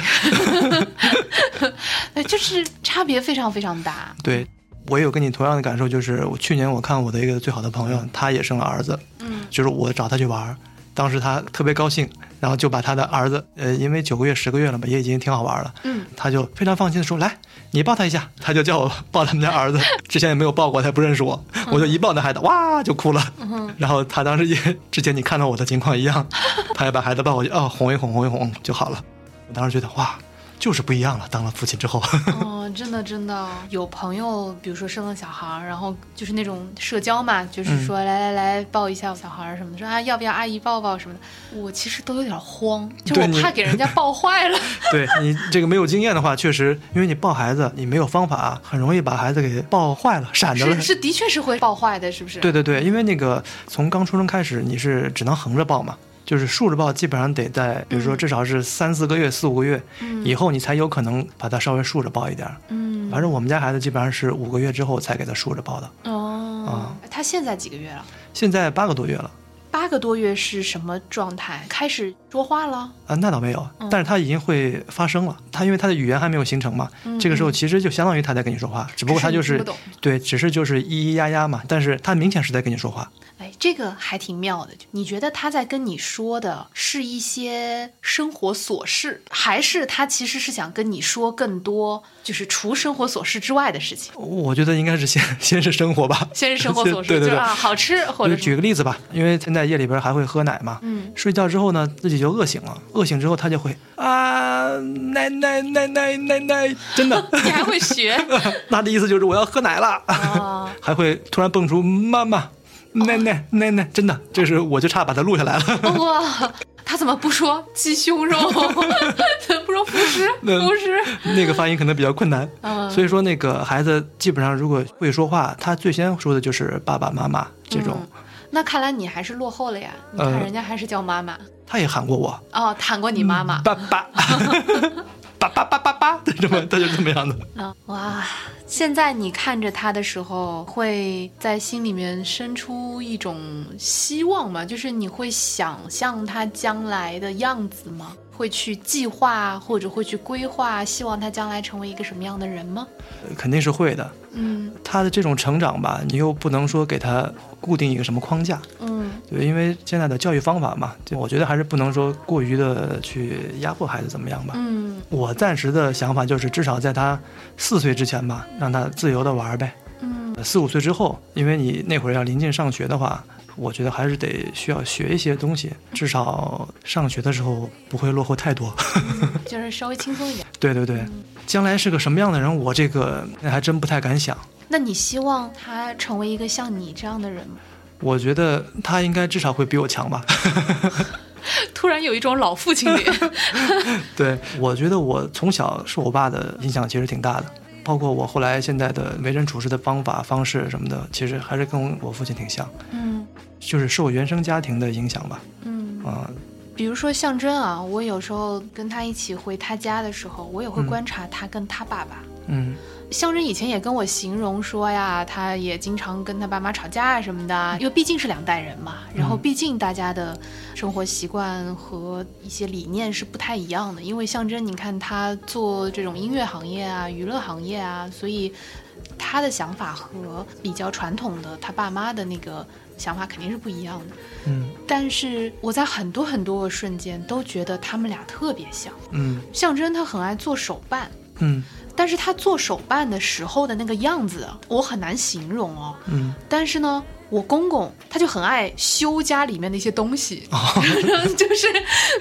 S2: 对，哎就是差别非常非常大，
S3: 对，我也有跟你同样的感受，就是我去年我看我的一个最好的朋友，他也生了儿子，
S2: 嗯，
S3: 就是我找他去玩儿，当时他特别高兴，然后就把他的儿子，呃，因为九个月、十个月了嘛，也已经挺好玩了，
S2: 嗯，
S3: 他就非常放心的说，来，你抱他一下，他就叫我抱他们家
S2: (laughs)
S3: 儿子，之前也没有抱过，他也不认识我，
S2: 嗯
S3: 我就一抱那孩子，哇，就哭了，然后他当时也之前你看到我的情况一样， (laughs) 他也把孩子抱过去，哦，哄一哄，哄一哄就好了，我当时觉得哇。就是不一样了，当了父亲之后，
S2: 哦，真的真的有朋友，比如说生了小孩儿，然后就是那种社交嘛，就是说、来来来抱一下小孩儿什么的，说啊要不要阿姨抱抱什么的，我其实都有点慌，就是
S3: 对
S2: 我
S3: 你
S2: 怕给人家抱坏 (laughs) 了，
S3: (laughs) 对你这个没有经验的话，确实，因为你抱孩子，你没有方法，啊很容易把孩子给抱坏了、闪着了 (laughs)
S2: 是。是的确是会抱坏的，是不是？
S3: 对对对，因为那个从刚出生开始，你是只能横着抱嘛，就是竖着报基本上得在，比如
S2: 嗯
S3: 说至少是三四个月、四五个月以后，你才有可能把它稍微竖着报一点儿。
S2: 嗯
S3: 反正我们家孩子基本上是五个月之后才给他竖着报的，
S2: 哦，他现在几个月了？
S3: 现在八个多月了
S2: 八个多月是什么状态？开始说话了？
S3: 啊，那倒没有
S2: 嗯，
S3: 但是他已经会发声了。他因为他的语言还没有形成嘛，这个时候其实就相当于他在跟你说话，只不过他就
S2: 嗯只是你
S3: 是
S2: 听不懂
S3: 对，只是就是咿咿呀呀嘛，但是他明显是在跟你说话。
S2: 哎，这个还挺妙的。你觉得他在跟你说的是一些生活琐事，还是他其实是想跟你说更多，就是除生活琐事之外的事情？
S3: 我觉得应该是先 (laughs) 先是生活吧，
S2: 先是生活琐
S3: (laughs)
S2: 事，
S3: 对对
S2: 就是
S3: 对。
S2: 啊，好吃或
S3: 就
S2: 者
S3: 举
S2: 是
S3: 个例子吧，因为现在夜里边还会喝奶嘛，
S2: 嗯
S3: 睡觉之后呢，自己就饿醒了，饿醒之后他就会啊奶奶奶奶奶奶，真的，
S2: (laughs) 你还会学
S3: 他的意思就是我要喝奶了，
S2: 啊？
S3: (laughs) 还会突然蹦出妈妈、奶奶、奶奶，真的，这是我就差把它录下来了。
S2: 哇，哦 (laughs) 他怎么不说鸡胸
S3: (laughs)
S2: 肉？怎么不说辅食？
S3: 那
S2: 辅食？
S3: (laughs) 那个发音可能比较困难，
S2: 嗯
S3: 所以说那个孩子基本上如果会说话，他最先说的就是爸爸妈妈这种。
S2: 嗯那看来你还是落后了呀！你
S3: 呃
S2: 看人家还是叫妈妈、
S3: 他也喊过我
S2: 哦，喊过你妈妈。
S3: 爸爸， (laughs) 爸爸爸爸爸， (laughs) 对这么他就这么样的。
S2: 啊哇！现在你看着他的时候，会在心里面生出一种希望吗？就是你会想象他将来的样子吗？会去计划或者会去规划，希望他将来成为一个什么样的人吗？
S3: 肯定是会的。
S2: 嗯
S3: 他的这种成长吧，你又不能说给他固定一个什么框架，
S2: 嗯
S3: 对，因为现在的教育方法嘛，就我觉得还是不能说过于的去压迫孩子怎么样吧。
S2: 嗯
S3: 我暂时的想法就是，至少在他四岁之前吧，让他自由的玩儿呗。
S2: 嗯
S3: 呃四五岁之后，因为你那会儿要临近上学的话，我觉得还是得需要学一些东西，至少上学的时候不会落后太多。 (laughs)
S2: 就是稍微轻松一点。
S3: 对对对，将来是个什么样的人，我这个还真不太敢想。
S2: 那你希望他成为一个像你这样的人吗？
S3: 我觉得他应该至少会比我强吧。 (laughs)
S2: 突然有一种老父亲脸。
S3: 对，我觉得我从小受我爸的影响其实挺大的，包括我后来现在的为人处事的方法、方式什么的，其实还是跟我父亲挺像，
S2: (laughs) 嗯
S3: 就是受原生家庭的影响吧。
S2: 嗯。
S3: 啊、
S2: 比如说象征啊，我有时候跟他一起回他家的时候，我也会
S3: 嗯
S2: 观察他跟他爸爸。
S3: 嗯
S2: 象征以前也跟我形容说呀，他也经常跟他爸妈吵架啊什么的，因为毕竟是两代人嘛，然后
S3: 嗯
S2: 毕竟大家的生活习惯和一些理念是不太一样的。因为象征，你看他做这种音乐行业啊、娱乐行业啊，所以他的想法和比较传统的他爸妈的那个想法肯定是不一样的。
S3: 嗯
S2: 但是我在很多很多个瞬间都觉得他们俩特别像。
S3: 嗯
S2: 象征他很爱做手办，
S3: 嗯
S2: 但是他做手办的时候的那个样子，我很难形容哦。
S3: 嗯，
S2: 但是呢，我公公他就很爱修家里面的一些东西， (laughs) 就是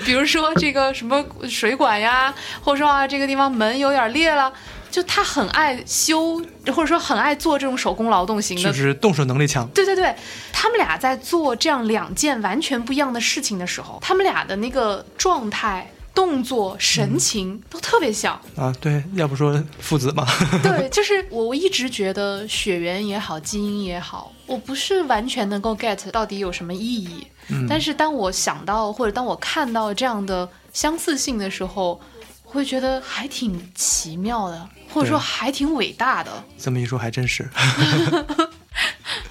S2: 比如说这个什么水管呀，或者说啊这个地方门有点裂了，就他很爱修，或者说很爱做这种手工劳动型的
S3: 就是动手能力强。
S2: 对对对，他们俩在做这样两件完全不一样的事情的时候，他们俩的那个状态、动作、神
S3: 嗯
S2: 情都特别
S3: (laughs)
S2: 像。
S3: 啊，对，要不说父子嘛，
S2: 对，就是我我一直觉得血缘也好，基因也好，我不是完全能够 get 到底有什么意义。
S3: 嗯
S2: 但是当我想到或者当我看到这样的相似性的时候，我会觉得还挺奇妙的，或者说
S3: 对
S2: 还挺伟大的。
S3: (laughs) 这么一说还真是。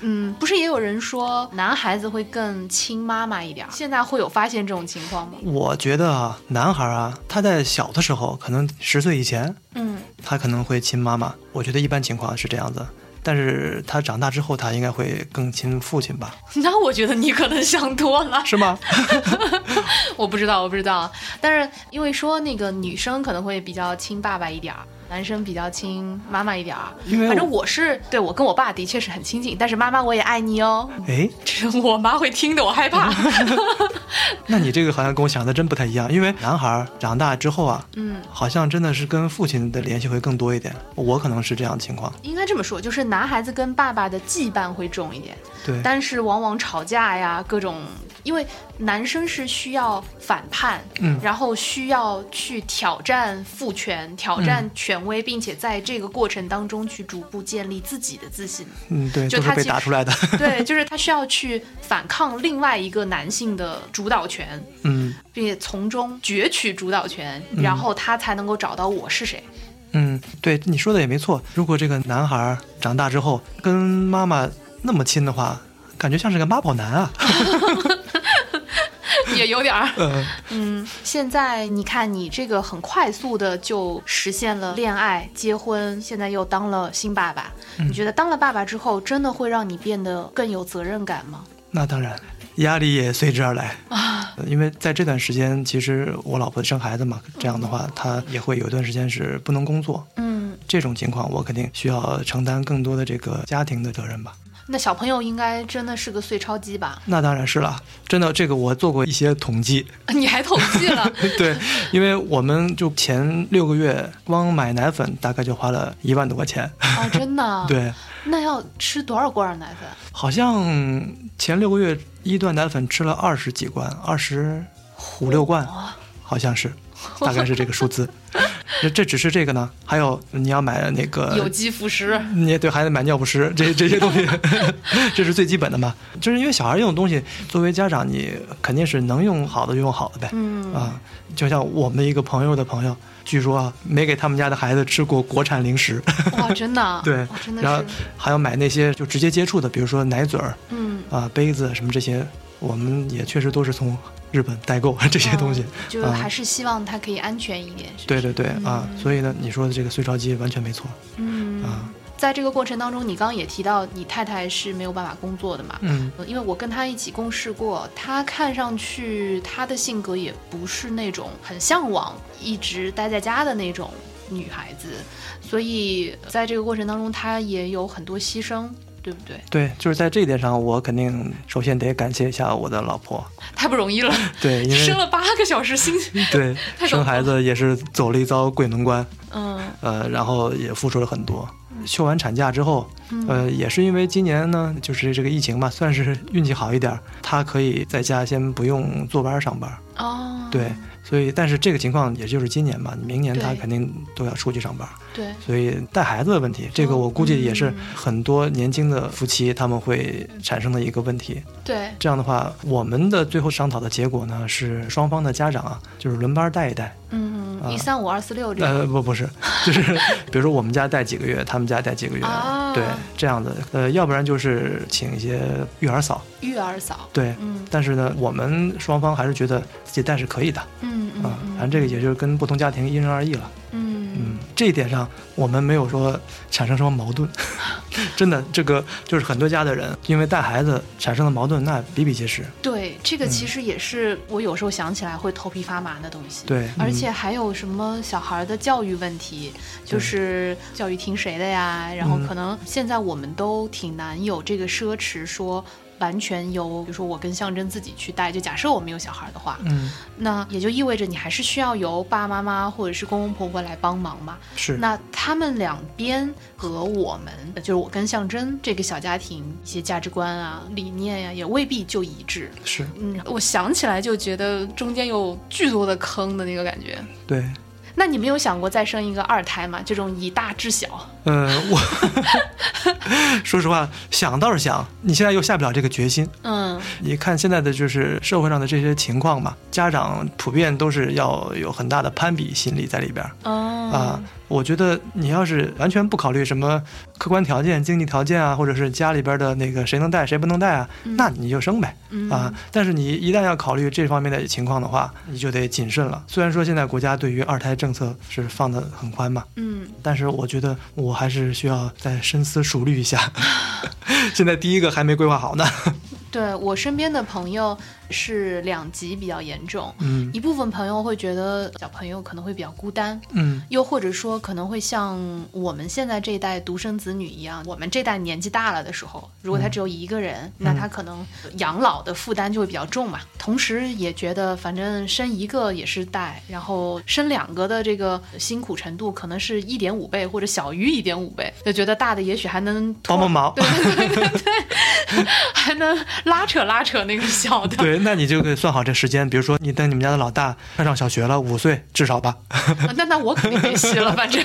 S2: 嗯，不是也有人说男孩子会更亲妈妈一点儿？现在会有发现这种情况吗？
S3: 我觉得啊，男孩啊，他在小的时候，可能十岁以前，
S2: 嗯
S3: 他可能会亲妈妈。我觉得一般情况是这样子，但是他长大之后，他应该会更亲父亲吧？
S2: 那我觉得你可能想多了， (laughs)
S3: 是 (laughs) 吗？
S2: 我不知道，我不知道。但是因为说那个女生可能会比较亲爸爸一点儿，男生比较亲妈妈一点儿。
S3: 因为
S2: 反正我是对我跟我爸的确是很亲近，但是妈妈我也爱你哦。
S3: 哎，
S2: 这 (laughs) 我妈会听的，我害怕。
S3: 那你这个好像跟我想的真不太一样，因为男孩儿长大之后啊，
S2: 嗯，
S3: 好像真的是跟父亲的联系会更多一点。我可能是这样的情况，
S2: (laughs) 应该这么说，就
S3: (laughs)
S2: 是男孩子跟爸爸的羁绊会重一点。
S3: 对，
S2: 但是往往吵架呀，各种因为男生是需要反叛，
S3: 嗯
S2: 然后需要去挑战父权、挑战权威，并且在这个过程当中去逐步建立自己的自信。
S3: 嗯，对，
S2: 就
S3: 都是
S2: 他
S3: 被
S2: 其
S3: 打
S2: 实
S3: 出来的。 (laughs)
S2: 对，就是他需要去反抗另外一个男性的主导权，
S3: 嗯
S2: 并且从中攫取主导权，然后他才能够找到我是谁。
S3: 嗯，对，你说的也没错。如果这个男孩儿长大之后跟妈妈那么亲的话，感觉像是个妈宝男啊。
S2: 也有点儿。
S3: 嗯
S2: 嗯，现在你看，你这个很快速的就实现了恋爱、结婚，现在又当了新爸爸。你觉得当了爸爸之后，真的会让你变得更有责任感吗？
S3: 那当然，压力也随之而来啊。因为在这段时间，其实我老婆生孩子嘛，这样的话，她也会有一段时间是不能工作。
S2: 嗯，
S3: 这种情况，我肯定需要承担更多的这个家庭的责任吧。
S2: 那小朋友应该真的是个碎钞机吧？
S3: 那当然是了，真的，这个我做过一些统计，
S2: (laughs) 你还统计了？ (laughs)
S3: 对，因为我们就前六个月光买奶粉大概就花了一万多块钱，
S2: 哦，真的？，
S3: 对，
S2: 那要吃多少罐奶粉？
S3: 好像前六个月一段奶粉吃了二十几罐，二十五六罐，好像是，大概是这个数
S2: (laughs)
S3: 字。这这只是这个呢，还有你要买那
S2: 有
S3: 个，
S2: 机辅食。
S3: 你也对孩子买尿不湿，这这些东西， (laughs) 这是最基本的嘛。就是因为小孩用的东西，作为家长，你肯定是能用好的就用好的呗。
S2: 嗯，
S3: 啊，就像我们的一个朋友的朋友，据说啊，没给他们家的孩子吃过国产零食，
S2: 哇，真的？
S3: 对
S2: 哇啊哦真，的
S3: 然后
S2: 是。
S3: 还要买那些就直接接触的，比如说奶嘴儿，
S2: 嗯，
S3: 啊、杯子什么这些，我们也确实都是从日本代购这些东西。
S2: 嗯就是还是希望他可以安全一点。是不
S3: 对
S2: 是
S3: 对对啊，所以呢，你说的这个碎钞机完全没错
S2: 嗯。
S3: 啊。
S2: 在这个过程当中，你刚刚也提到你太太是没有办法工作的嘛？
S3: 嗯
S2: 呃因为我跟她一起共事过，她看上去她的性格也不是那种很向往一直待在家的那种女孩子，所以在这个过程当中，她也有很多牺牲，对不对？
S3: 对，就是在这一点上，我肯定首先得感谢一下我的老婆。
S2: 太不容易了，
S3: 嗯对，因
S2: 生
S3: 为
S2: 了八个小时 (laughs) 心，
S3: 对
S2: 太
S3: 生
S2: 懂
S3: 孩子也是走了一遭鬼门关，
S2: 嗯
S3: 呃，然后也付出了很多。休完产假之后，呃，也是因为今年呢，就是这个疫情嘛，算是运气好一点儿，她可以在家先不用坐班儿上班儿，
S2: 哦，
S3: 对，所以但是这个情况也就是今年嘛，明年他
S2: 对
S3: 肯定都要出去上班，
S2: 对，
S3: 所以带孩子的问题，这个我估计也是
S2: 嗯
S3: 很多年轻的夫妻他们会产生的一个问题。
S2: 对，
S3: 这样的话，我们的最后商讨的结果呢是双方的家长啊，就是轮班带一带，
S2: 嗯，
S3: 啊
S2: 一三五二四六这样，
S3: 呃，不不是， (laughs) 就是比如说我们家带几个月，他们家带几个月，
S2: 啊
S3: 对，这样的，呃，要不然就是请一些育儿嫂，
S2: 育儿嫂，
S3: 对。
S2: 嗯
S3: 但是呢，我们双方还是觉得自己带是可以的啊，
S2: 嗯嗯
S3: 反正这个也就是跟不同家庭因人而异了。
S2: 嗯嗯
S3: 嗯，这一点上我们没有说产生什么矛
S2: (laughs)
S3: 盾，真的，这个就是很多家的人因为带孩子产生的矛盾那比比皆是。
S2: 对，这个
S3: 嗯
S2: 其实也是我有时候想起来会头皮发麻的东西。
S3: 对
S2: 而
S3: 嗯
S2: 且还有什么小孩的教育问题，就
S3: 对
S2: 是教育听谁的呀？然后
S3: 嗯
S2: 可能现在我们都挺难有这个奢侈说。完全由，比如说我跟象征自己去带，就假设我没有小孩的话，
S3: 嗯，
S2: 那也就意味着你还是需要由爸爸妈妈或者是公公婆婆来帮忙嘛。
S3: 是，
S2: 那他们两边和我们，就是我跟象征这个小家庭一些价值观啊、理念呀、也未必就一致。
S3: 是
S2: 嗯，我想起来就觉得中间有巨多的坑的那个感觉。
S3: 对。
S2: 那你没有想过再生一个二胎吗？这种以大制小，
S3: 呃，我
S2: (laughs)
S3: (laughs) 说实话，想倒是想，你现在又下不了这个决心。
S2: 嗯，
S3: 你看现在的就是社会上的这些情况嘛，家长普遍都是要有很大的攀比心理在里边儿。
S2: 哦，
S3: 啊，我觉得你要是完全不考虑什么客观条件、经济条件啊，或者是家里边的那个谁能带谁不能带啊，那你就生呗啊。但是你一旦要考虑这方面的情况的话，你就得谨慎了。虽然说现在国家对于二胎政策是放得很宽嘛，
S2: 嗯，
S3: 但是我觉得我还是需要再深思熟虑一下。现在第一个还没规划好呢。
S2: 对我身边的朋友是两极比较严重，
S3: 嗯
S2: 一部分朋友会觉得小朋友可能会比较孤单，
S3: 嗯
S2: 又或者说可能会像我们现在这一代独生子女一样，我们这代年纪大了的时候，如果他只有一个人，那他可能养老的负担就会比较重嘛。同时也觉得反正生一个也是带，然后生两个的这个辛苦程度可能是一点五倍或者小于一点五倍，就觉得大的也许还能拖
S3: 帮帮忙
S2: 对对对对 (laughs) 还能拉扯拉扯那个小
S3: (laughs)
S2: 的。
S3: 对，那你就得算好这时间，比如说你等你们家的老大上上小学了，五岁至少吧。
S2: (laughs) 啊那那我肯定没戏了，反正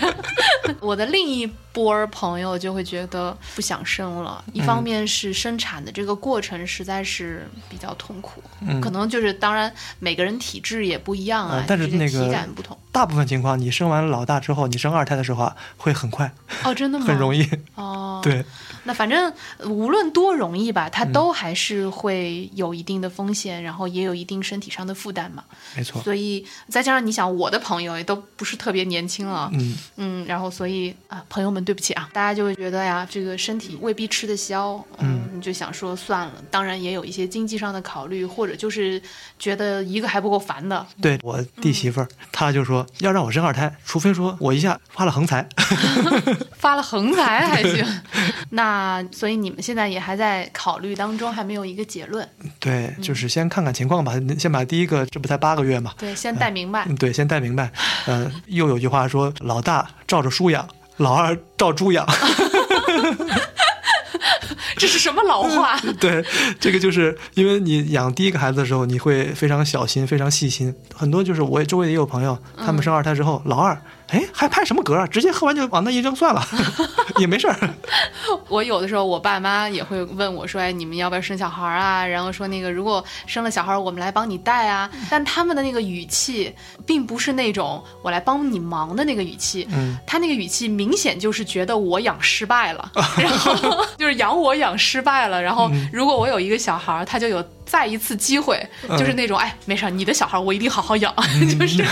S2: 我的另一波儿朋友就会觉得不想生了。一
S3: 嗯
S2: 方面是生产的这个过程实在是比较痛苦，可能就是当然每个人体质也不一样啊，
S3: 嗯嗯但是
S2: 这
S3: 那个
S2: 体感不同。
S3: 大部分情况，你生完老大之后，你生二胎的时候啊，会很快，
S2: 哦，
S3: (laughs)
S2: 真的吗？
S3: 很容易。
S2: 哦，，
S3: 对，嗯
S2: 那反正呃无论多容易吧，它都还是会有一定的风险，然后也有一定身体上的负担嘛。
S3: 没错。
S2: 所以再加上你想，我的朋友也都不是特别年轻了，
S3: 嗯，
S2: 嗯，然后所以啊，朋友们，对不起啊，大家就会觉得呀，这个身体未必吃得消，嗯，你就想说算了。当然也有一些经济上的考虑，或者就是觉得一个还不够烦的，
S3: 对我弟媳妇儿，她就说要让我生二胎，除非说我一下发了横财。 (laughs)
S2: 发了横财还行。那所以你们现在也还在考虑当中，还没有一个结论，
S3: 对，就是先看看情况吧，先把第一个，这不才八个月嘛。
S2: 对，先带明白。
S3: 嗯，对，先带明白。呃，又有句话说，老大照着书养，老二照猪养。
S2: 这是什么老话？
S3: (laughs) 对，这个就是因为你养第一个孩子的时候，你会非常小心、非常细心。很多就是我周围也有朋友，他
S2: 嗯
S3: 们生二胎之后，老二哎还拍什么嗝啊，直接喝完就往那一扔算了， (laughs) 也没事儿。
S2: 我有的时候，我爸妈也会问我说：“哎，你们要不要生小孩啊？”然后说那个如果生了小孩，我们来帮你带啊。
S3: 嗯
S2: 但他们的那个语气，并不是那种我来帮你忙的那个语气，
S3: 嗯，
S2: 他那个语气明显就是觉得我养失败了，然后就是养我养失败了。然后
S3: 嗯
S2: 如果我有一个小孩，他就有再一次机会，
S3: 嗯
S2: 就是那种哎，没事儿，你的小孩我一定好好养， (laughs) 就是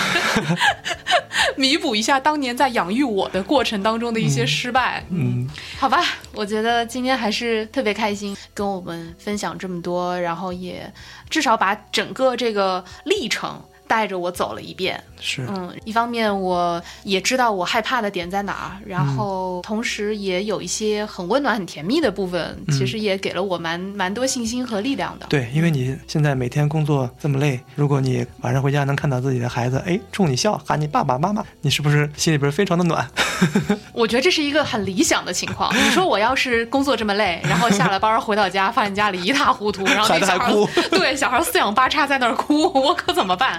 S2: 弥补一下当年在养育我的过程当中的一些失败。
S3: (laughs) 嗯，
S2: 好吧，我觉得今天还是特别开心，跟我们分享这么多，然后也至少把整个这个历程带着我走了一遍。
S3: 是，
S2: 嗯，一方面我也知道我害怕的点在哪儿，然后同时也有一些很温暖、很甜蜜的部分，其实也给了我蛮蛮多信心和力量的。
S3: 对，因为你现在每天工作这么累，如果你晚上回家能看到自己的孩子，哎，冲你笑，喊你爸爸妈妈，你是不是心里边非常的暖？
S2: 我觉得这是一个很理想的情况。你说我要是工作这么
S3: (laughs)
S2: 累，然后下了班儿回到家，发现家里一塌糊涂，然后那个小孩
S3: 孩子还
S2: 儿 (laughs) 对小孩儿四仰八叉在那儿哭， (laughs) 我可怎么办？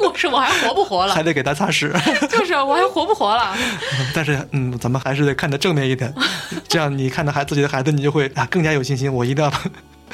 S2: 我说我还活不
S3: (laughs)
S2: 活
S3: 还
S2: 了？
S3: 得给他擦屎。
S2: 就是我还活不活
S3: (laughs)
S2: 了？
S3: 但是，嗯，咱们还是得看得正面一点，这样你看到孩自己的孩子，你就会啊更加有信心，我一定要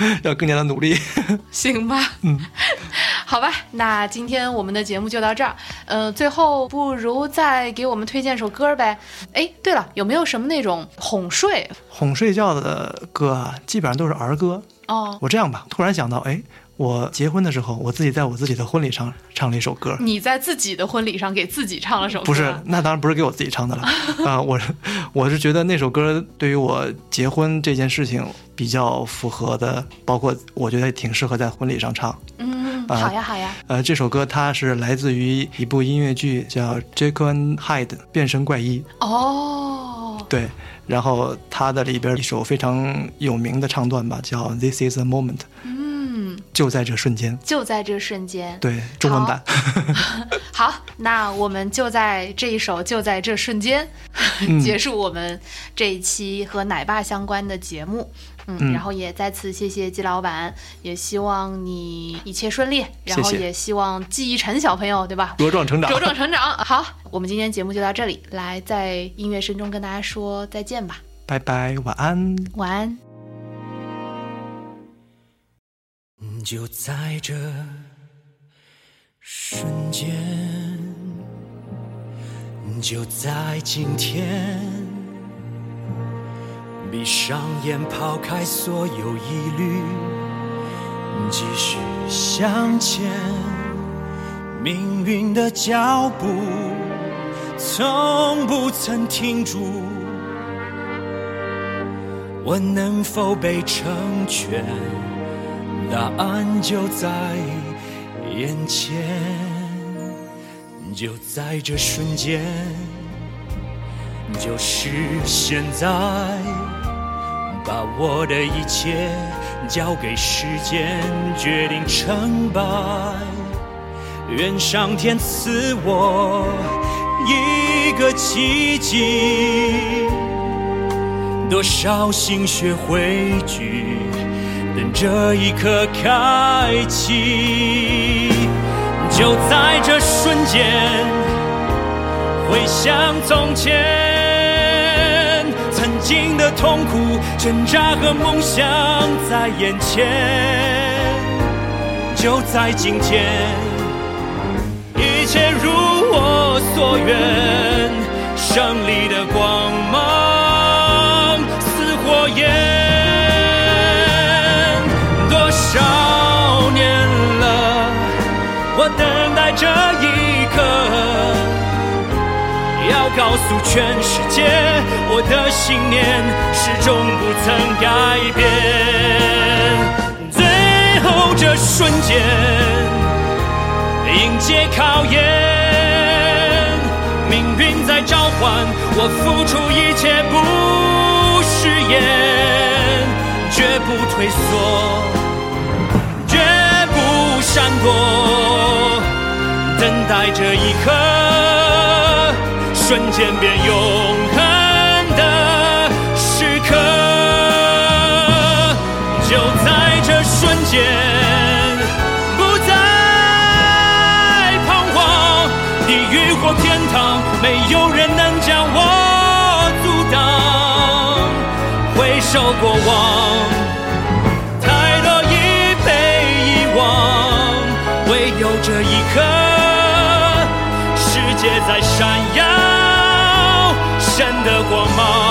S3: (laughs) 要更加的努力。 (laughs)
S2: 行吧，
S3: 嗯，
S2: (laughs) 好吧，那今天我们的节目就到这儿。呃，最后不如再给我们推荐首歌呗。哎，对了，有没有什么那种哄睡？
S3: 哄睡觉的歌啊，基本上都是儿歌。
S2: 哦，
S3: 我这样吧，突然想到，哎，我结婚的时候，我自己在我自己的婚礼上唱了一首歌。
S2: 你在自己的婚礼上给自己唱了首歌？啊
S3: 不是，那当然不是给我自己唱的了啊、我是我是觉得那首歌对于我结婚这件事情比较符合的，包括我觉得也挺适合在婚礼上唱。
S2: 嗯，
S3: 啊
S2: 好呀，好呀。
S3: 呃，这首歌它是来自于一部音乐剧叫《Jekyll and Hyde》变身怪医，
S2: 哦，
S3: 对，然后它的里边一首非常有名的唱段吧，叫《This Is a Moment》，
S2: 嗯，
S3: 就在这瞬间。
S2: 就在这瞬间。
S3: 对，中文版，
S2: 好，那我们就在这一首《就在这瞬间》
S3: 嗯
S2: (laughs) 结束我们这一期和奶爸相关的节目。嗯，
S3: 嗯
S2: 然后也再次谢谢季老板，也希望你一切顺利，然后
S3: 谢谢
S2: 也希望季一晨小朋友，对
S3: (laughs)
S2: 吧？
S3: 茁壮成长。
S2: 茁壮成长。 (laughs) 好，我们今天节目就到这里，来在音乐声中跟大家说再见吧，
S3: (laughs) 拜拜，晚安。
S2: 晚安。
S1: 就在这瞬间，就在今天，闭上眼，抛开所有疑虑，继续向前。命运的脚步从不曾停住，我能否被成全？答案就在眼前，就在这瞬间，就是现在，把我的一切交给时间，决定成败。愿上天赐我一个奇迹。多少心血汇聚，等这一刻开启。就在这瞬间，回想从前，曾经的痛苦、挣扎和梦想在眼前。就在今天，一切如我所愿，胜利的光芒似火焰。多少年了，我等待这一刻，要告诉全世界，我的信念始终不曾改变。最后这瞬间，迎接考验，命运在召唤，我付出一切不食言，绝不退缩。绝不闪躲，等待这一刻，瞬间变永恒的时刻，就在这瞬间。不再彷徨，地狱或天堂，没有人能将我阻挡。回首过往。太多已被遗忘，唯有这一刻，世界在闪耀神的光芒。